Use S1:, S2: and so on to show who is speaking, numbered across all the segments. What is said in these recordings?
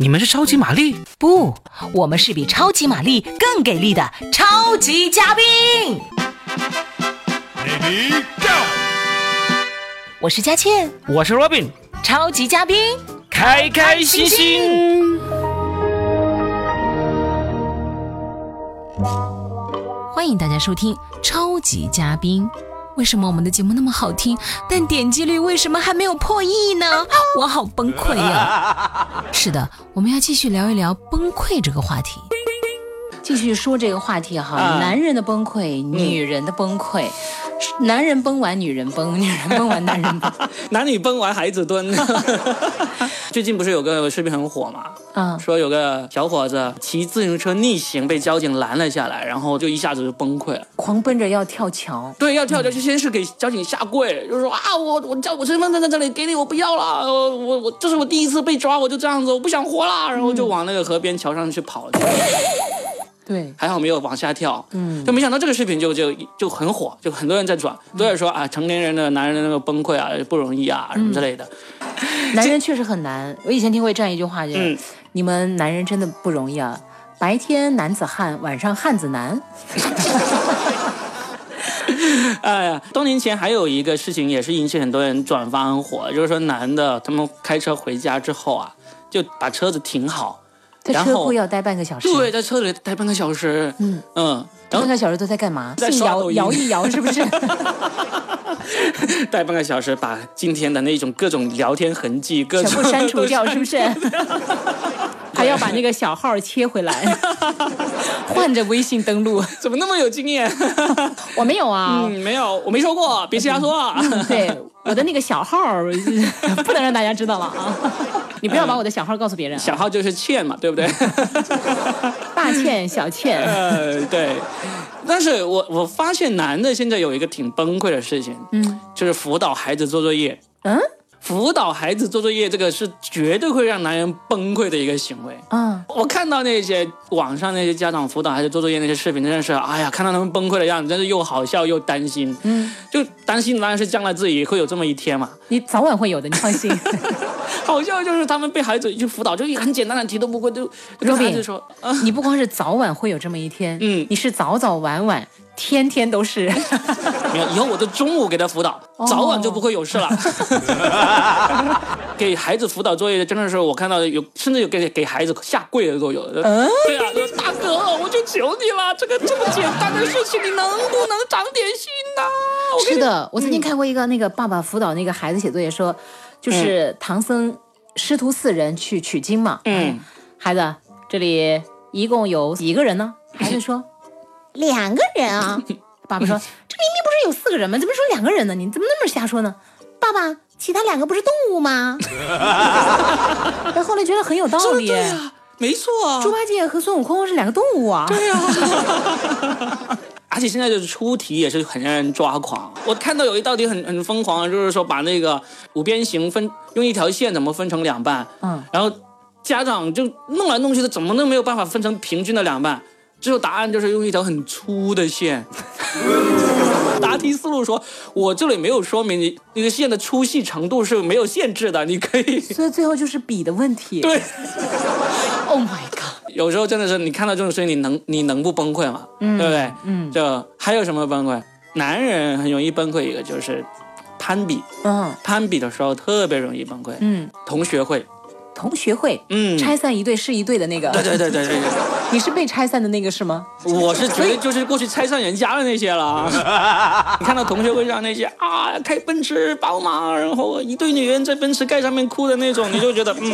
S1: 你们是超级玛丽？
S2: 不，我们是比超级玛丽更给力的超级嘉宾。
S3: Ready go！
S2: 我是佳倩，
S1: 我是 Robin，
S2: 超级嘉宾。
S1: 开开心心。
S4: 欢迎大家收听《超级嘉宾》。为什么我们的节目那么好听，但点击率为什么还没有破亿呢？我好崩溃呀、 是的，我们要继续聊一聊崩溃这个话题。继续说这个话题哈，
S1: 啊
S4: 男人的崩溃，
S2: 嗯
S4: 女人的崩溃，男人崩完女人崩，女人崩完男 人崩，
S5: 男女崩完孩子蹲。最近不是有个视频很火嘛？
S4: 嗯，
S5: 说有个小伙子骑自行车逆行被交警拦了下来，然后就一下子就崩溃了。
S4: 狂奔着要跳桥。
S5: 对，要跳就先是给交警下跪，就说啊，我我叫我身份证在这里给你，我不要了，呃我我我这是我第一次被抓，我就这样子，我不想活了，然后就往那个河边桥上去跑，
S4: 对，
S5: 还好没有往下跳。嗯，就没想到这个视频就就就很火，就很多人在转，都在说啊，成年人的男人的那个崩溃啊不容易啊什么之类的。
S4: 男人确实很难。我以前听过这样一句话，就是、
S5: 嗯
S4: 你们男人真的不容易啊，白天男子汉，晚上汉子 难。
S5: 哎呀，多年前还有一个事情也是引起很多人转发很火，就是说男的他们开车回家之后啊，就把车子停好，
S4: 在
S5: 然
S4: 车
S5: 后
S4: 库要待半个小时，
S5: 对，在车里待半个小时，嗯
S4: 半
S5: 然后
S4: 个小时都在干嘛？
S5: 在
S4: 信
S5: 刷
S4: 摇
S5: 抖音
S4: 摇一摇，是 不是？
S5: 待半个小时，把今天的那种各种聊天痕迹，各
S4: 全
S5: 种
S4: 部删除掉，是不是？还要把那个小号切回来，换着微信登录。
S5: 怎么那么有经验？
S4: 我没有啊，
S5: 嗯，没有，我没说过，别瞎说啊。
S4: 嗯 对我的那个小号儿 不能让大家知道了啊！ 你不要把我的小号告诉别人啊。
S5: 小号就是欠嘛，对不对？
S4: 大倩、小倩，
S5: 呃，对。但是我我发现男的现在有一个挺崩溃的事情，嗯，就是辅导孩子做作业。
S4: 嗯
S5: 辅导孩子做作业，这个是绝对会让男人崩溃的一个行为。
S4: 嗯，
S5: 我看到那些网上那些家长辅导孩子做作业那些视频，真的是，哎呀，看到他们崩溃的样子，真是又好笑又担心。嗯，就担心当然是将来自己会有这么一天嘛。
S4: 你早晚会有的，你放 心。
S5: 好笑就是他们被孩子去辅导，就一个很简单的题都不会，就就跟
S4: Robin
S5: 孩子说，啊，
S4: 你不光是早晚会有这么一天，
S5: 嗯
S4: 你是早早晚晚，天天都是。
S5: 没有，以后我就中午给他辅导，
S4: 哦
S5: 早晚就不会有 事了。给孩子辅导作业的真的是我看到有，甚至有给给孩子下跪的都有。
S4: 嗯
S5: 对啊，说大哥，我就求你了，这个这么简单的事情，你能不能长点心呐、我跟
S4: 是
S5: 你
S4: 的，我曾经看过一个那个爸爸辅导那个孩子写作业说，就是唐僧师徒四人去取经嘛，
S5: 嗯，
S4: 孩子这里一共有几个人呢？孩子说两个人啊。爸爸说这明明不是有四个人吗？怎么说两个人呢？你怎么那么瞎说呢？爸爸，其他两个不是动物吗？然后后来觉得很有道
S5: 说的
S4: 理，哎
S5: 对啊，没错啊
S4: 猪。八戒和孙悟空是两个动物啊。
S5: 对啊。而且现在的出题也是很让人抓狂。我看到有一道题很很疯狂，就是说把那个五边形分用一条线怎么分成两半，
S4: 嗯，
S5: 然后家长就弄来弄去的，怎么都没有办法分成平均的两半。最后答案就是用一条很粗的线。 答题思路说，我这里没有说明你那个线的粗细程度是没有限制的，你可以
S4: 所以最后就是比的问题。
S5: 对。
S4: ，Oh my god！
S5: 有时候真的是你看到这种事情，你能你能不崩溃吗？对不对？嗯，就还有什么崩溃？男人很容易崩溃，一个就是攀比，
S4: 嗯，
S5: 攀比的时候特别容易崩溃。
S4: 嗯，
S5: 同学会，
S4: 同学会，
S5: 嗯
S4: 拆散一对是一对的那个，
S5: 对对对对对
S4: 你是被拆散的那个是吗？
S5: 对，我是绝对就是过去拆散人家的那些了啊。你看到同学会上那些啊，开奔驰、宝马，然后一堆女人在奔驰盖上面哭的那种，你就觉得嗯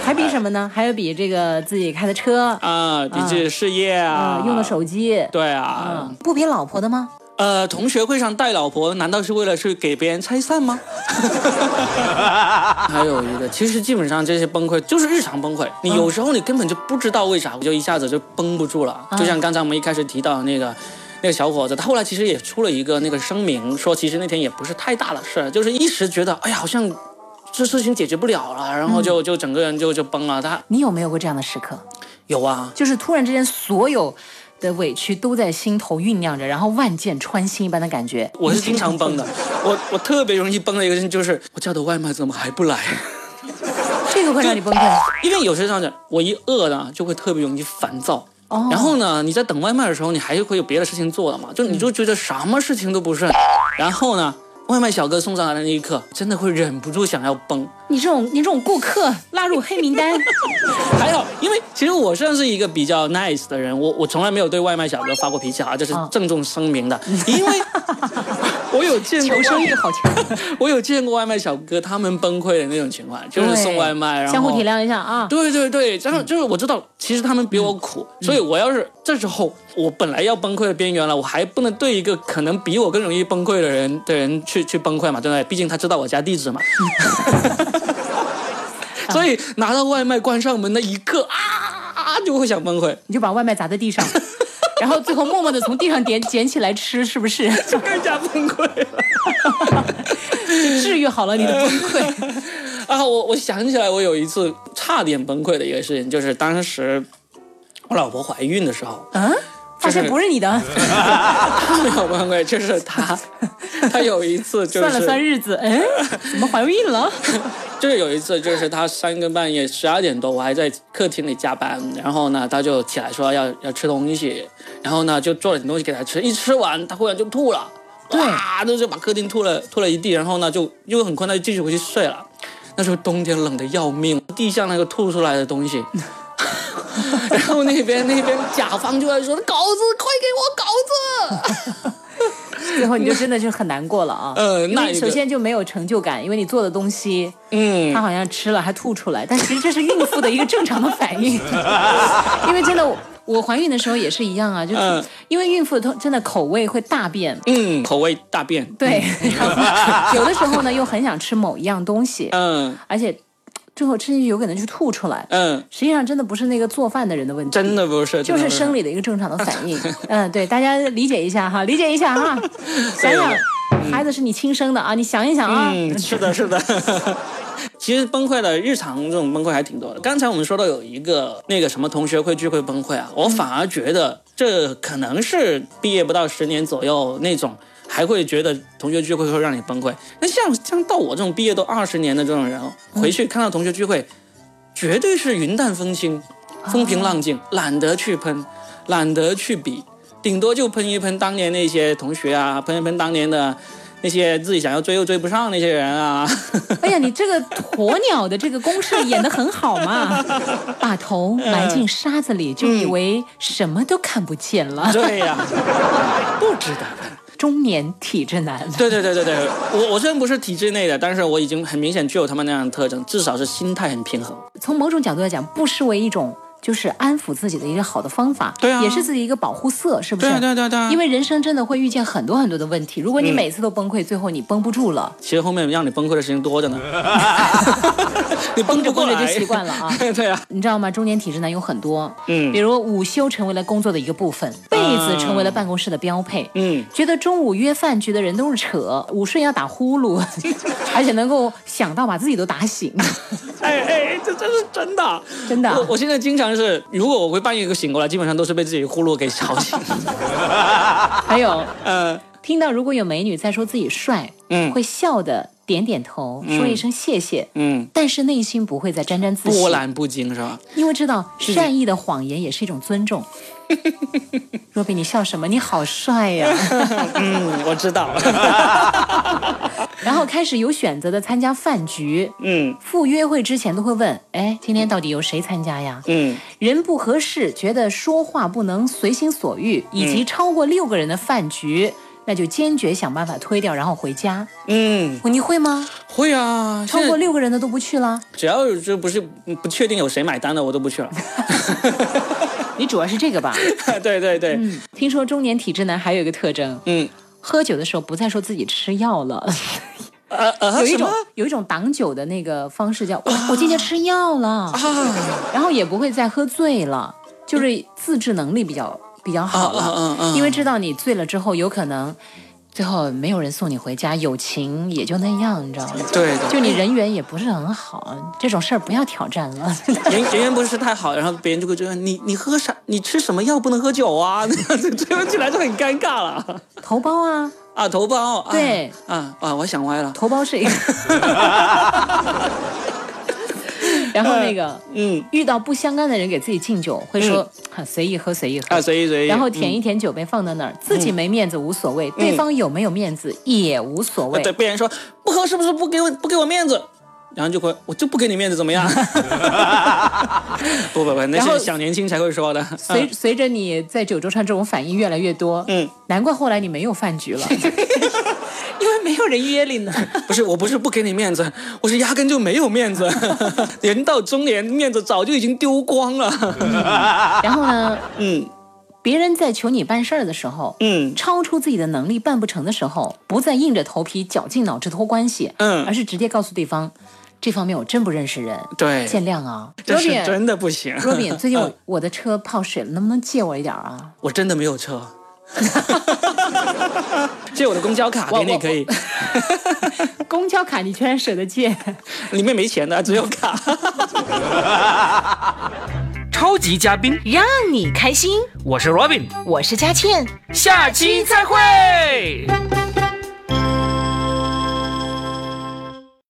S4: 还比什么呢？还有比这个自己开的车啊、
S5: 啊，你这事业啊，
S4: 用的。手机，
S5: 对啊，
S4: 嗯，不比老婆的吗？
S5: 呃，同学会上带老婆，难道是为了去给别人拆散吗？还有一个，其实基本上这些崩溃就是日常崩溃，你有时候你根本就不知道为啥，就一下子就绷不住了。就像刚才我们一开始提到的那个。那个小伙子，他后来其实也出了一个那个声明，说其实那天也不是太大的事儿，就是一时觉得，哎呀，好像这事情解决不了了，然后就就整个人就就崩了。他
S4: 你有没有过这样的时刻？
S5: 有啊，
S4: 就是突然之间所有的委屈都在心头酝酿着，然后万箭穿心一般的感觉。
S5: 我是经常崩的，我我特别容易崩的一个人就是我叫的外卖怎么还不来？
S4: 这个会让你崩溃。
S5: 因为有时候这样子，我一饿了就会特别容易烦躁。
S4: 哦
S5: 然后呢，你在等外卖的时候，你还是会有别的事情做的嘛，就你就觉得什么事情都不顺。然后呢，外卖小哥送上来的那一刻，真的会忍不住想要崩。
S4: 你这种你这种顾客纳入黑名单，
S5: 还好，因为其实我算是一个比较 nice 的人，我我从来没有对外卖小哥发过脾气啊，这
S4: 嗯
S5: 是郑重声明的，因为我 有见过
S4: 求生欲好强，
S5: 我有见过外卖小哥他们崩溃的那种情况，就是送外卖，然后
S4: 相互体。谅一下啊。
S5: 对对对，然后就是我知道，其实他们比我苦，
S4: 嗯
S5: 所以我要是这时候我本来要崩溃的边缘了，我还不能对一个可能比我更容易崩溃的人的人去去崩溃嘛，对不对？毕竟他知道我家地 址嘛。所以拿到外卖关上门那一刻啊，就会想崩 溃。
S4: 你就把外卖砸在地 上，然后最后默默的从地上捡捡起来吃，是不是？
S5: 就更加崩溃了
S4: 治愈好了你的崩溃。
S5: 啊！我我想起来，我有一次差点崩溃的一个事情，就是当时我老婆怀孕的 时候，
S4: 嗯，发现不是你的，
S5: 她没有崩溃，就是她，她有一次就是
S4: 算了算日 子，嗯，怎么怀孕了？
S5: 就是有一次，就是她三更半夜十二点多，我还在客厅里加班，然后呢，她就起来说要要吃东西，然后呢就做了点东西给她吃，一吃完她忽然就吐了，哇，就就把客厅吐了吐了一地，然后呢就因为很困，她就继续回去睡了。那时候冬天冷的要命，地下那个吐出来的 东西。然后那边那边甲方就在说：“稿子，快给我稿子
S4: 最后你就真的是很难过了啊！
S5: 呃
S4: 因
S5: 那
S4: 为
S5: 一个
S4: 首先就没有成就感，因为你做的东西，！”
S5: 嗯
S4: 他，好像吃了还吐出来，但其实这是孕妇的一个正常的反 应，因为真的我。我怀孕的时候也是一样啊，就是、
S5: 嗯
S4: 因为孕妇她真的口味会大变，
S5: 嗯，口味大变。
S4: 对，然后有的时候呢又很想吃某一样东西，
S5: 嗯
S4: 而且最后吃进去有可能是吐出来。
S5: 嗯，
S4: 实际上真的不是那个做饭的人的问题，
S5: 真的不是，
S4: 就
S5: 真的
S4: 是
S5: 不
S4: 生理的一个正常的反 应。嗯，对，大家理解一下哈，理解一下哈，想想孩子是你亲生的啊，你想一想啊。
S5: 嗯，是的， 是的。其实崩溃的日常这种崩溃还挺多的。刚才我们说到有一个那个什么同学会聚会崩溃啊，我反而觉得这可能是毕业不到十年左右那种，还会觉得同学聚会会让你崩溃。那像像到我这种毕业都二十年的这种人，回去看到同学聚会，绝对是云淡风轻、风平浪静，懒得去喷，懒得去比，顶多就喷一喷当年那些同学啊，喷一喷当年的那些自己想要追又追不上那些人啊。
S4: 哎呀，你这个鸵鸟的这个公式演得很好 嘛，把头埋进沙子里，
S5: 嗯
S4: 就以为什么都看不见了。
S5: 对 呀、不啊值得。
S4: 中年体质男，
S5: 对对对对对，我我虽然不是体制内的，但是我已经很明显具有他们那样的特征，至少是心态很平衡。
S4: 从某种角度来讲，不失为一种就是安抚自己的一个好的方法，
S5: 对啊
S4: 也是自己一个保护色，是不是？
S5: 对啊对啊对啊对啊
S4: 因为人生真的会遇见很多很多的问题，如果你每次都崩溃，最后你绷不住了，
S5: 其实后面让你崩溃的事情多 着呢，你崩
S4: 绷着
S5: 不
S4: 绷
S5: 过
S4: 着
S5: 来。
S4: 就习惯了啊
S5: 对啊，
S4: 你知道吗？中年体质男有很多，
S5: 嗯
S4: 比如午休成为了工作的一个部分，被子成为了办公室的标配，
S5: 嗯，
S4: 觉得中午约饭局的人都是扯，午睡要打呼噜， 而且能够想到把自己都打醒，
S5: 哎哎，这这是真的，
S4: 真的啊
S5: 我我现在经常是，如果我会半夜给醒过来，基本上都是被自己呼噜给吵醒。
S4: 还有
S5: 呃，
S4: 听到如果有美女在说自己帅，
S5: 嗯
S4: 会笑的点点头，说一声谢谢，
S5: 嗯，
S4: 但是内心不会再沾沾自喜，
S5: 波澜不惊是吧？
S4: 因为知道善意的谎言也是一种尊 重。若冰，你笑什么？你好帅呀、
S5: 嗯，我知道。
S4: 然后开始有选择的参加饭局，
S5: 嗯
S4: 赴约会之前都会问，哎，今天到底由谁参加呀？
S5: 嗯
S4: 人不合适，觉得说话不能随心所欲，
S5: 嗯
S4: 以及超过六个人的饭局，那就坚决想办法推掉，然后回家。
S5: 嗯，
S4: 你会吗？
S5: 会啊，
S4: 超
S5: 现
S4: 过
S5: 在
S4: 六个人的都不去了？
S5: 只要有这不是不确定有谁买单的，我都不去了。
S4: 你主要是这个吧？
S5: 对对对，
S4: 听说中年体质男还有一个特征，
S5: 嗯
S4: 喝酒的时候不再说自己吃药了，
S5: 呃呃，
S4: 有一
S5: 什
S4: 种
S5: 么啊
S4: 有一种挡酒的那个方式叫我、我今天吃药了，然后也不会再喝醉了，就是自制能力比较比较好了，
S5: 嗯嗯嗯嗯
S4: 因为知道你醉了之后有可能最后没有人送你回家，友情也就那样，你知道吗？
S5: 对对，
S4: 就你人缘也不是很好，这种事儿不要挑战 了。
S5: 人人缘不是太好，然后别人就会觉得你你喝啥，你吃什么药不能喝酒啊？ 这追问起来就很尴尬了。
S4: 头孢啊，
S5: 啊，头孢，啊
S4: 对
S5: 啊啊，我想歪了。
S4: 头孢是一个。然后那个
S5: 嗯
S4: 遇到不相干的人给自己敬酒，会说很随意喝随意喝
S5: 啊，，随意随意。嗯
S4: 然后舔一舔酒杯放在那儿，自己没面子无所谓，对方有没有面子也无所
S5: 嗯
S4: 谓
S5: 对。被人说不喝是不是不给我不给我面子？然后就会我就不给你面子怎么样？ 不不不，那
S4: 然后
S5: 是小年轻才会说的。
S4: 随随着你在九州川这种反应越来越多，
S5: 嗯，
S4: 难怪后来你没有饭 局了，因为没有人约你呢。
S5: 不是，我不是不给你面子，我是压根就没有面子。 人到中年，面子早就已经丢光了。
S4: 然后呢，
S5: 嗯
S4: 别人在求你办事儿的时候，
S5: 嗯
S4: 超出自己的能力办不成的时候，不再硬着头皮绞尽脑汁托关系，而
S5: 嗯，
S4: 是直接告诉对方，这方面我真不认识人，
S5: 对，
S4: 见谅啊。
S5: 这是
S4: Robin，Robin，
S5: 真的嗯不行。
S4: 最近我我的车泡水了，能不能借我一点儿啊？
S5: 我真的没有车，借我的公交卡
S4: 我
S5: 给你
S4: 我
S5: 可以，
S4: 公交卡你居然舍得借？
S5: 里面没钱 的，只有卡。
S1: 超级嘉宾，
S6: 让你开心。
S1: 我是 Robin，
S6: 我是佳倩。
S1: 下期再会。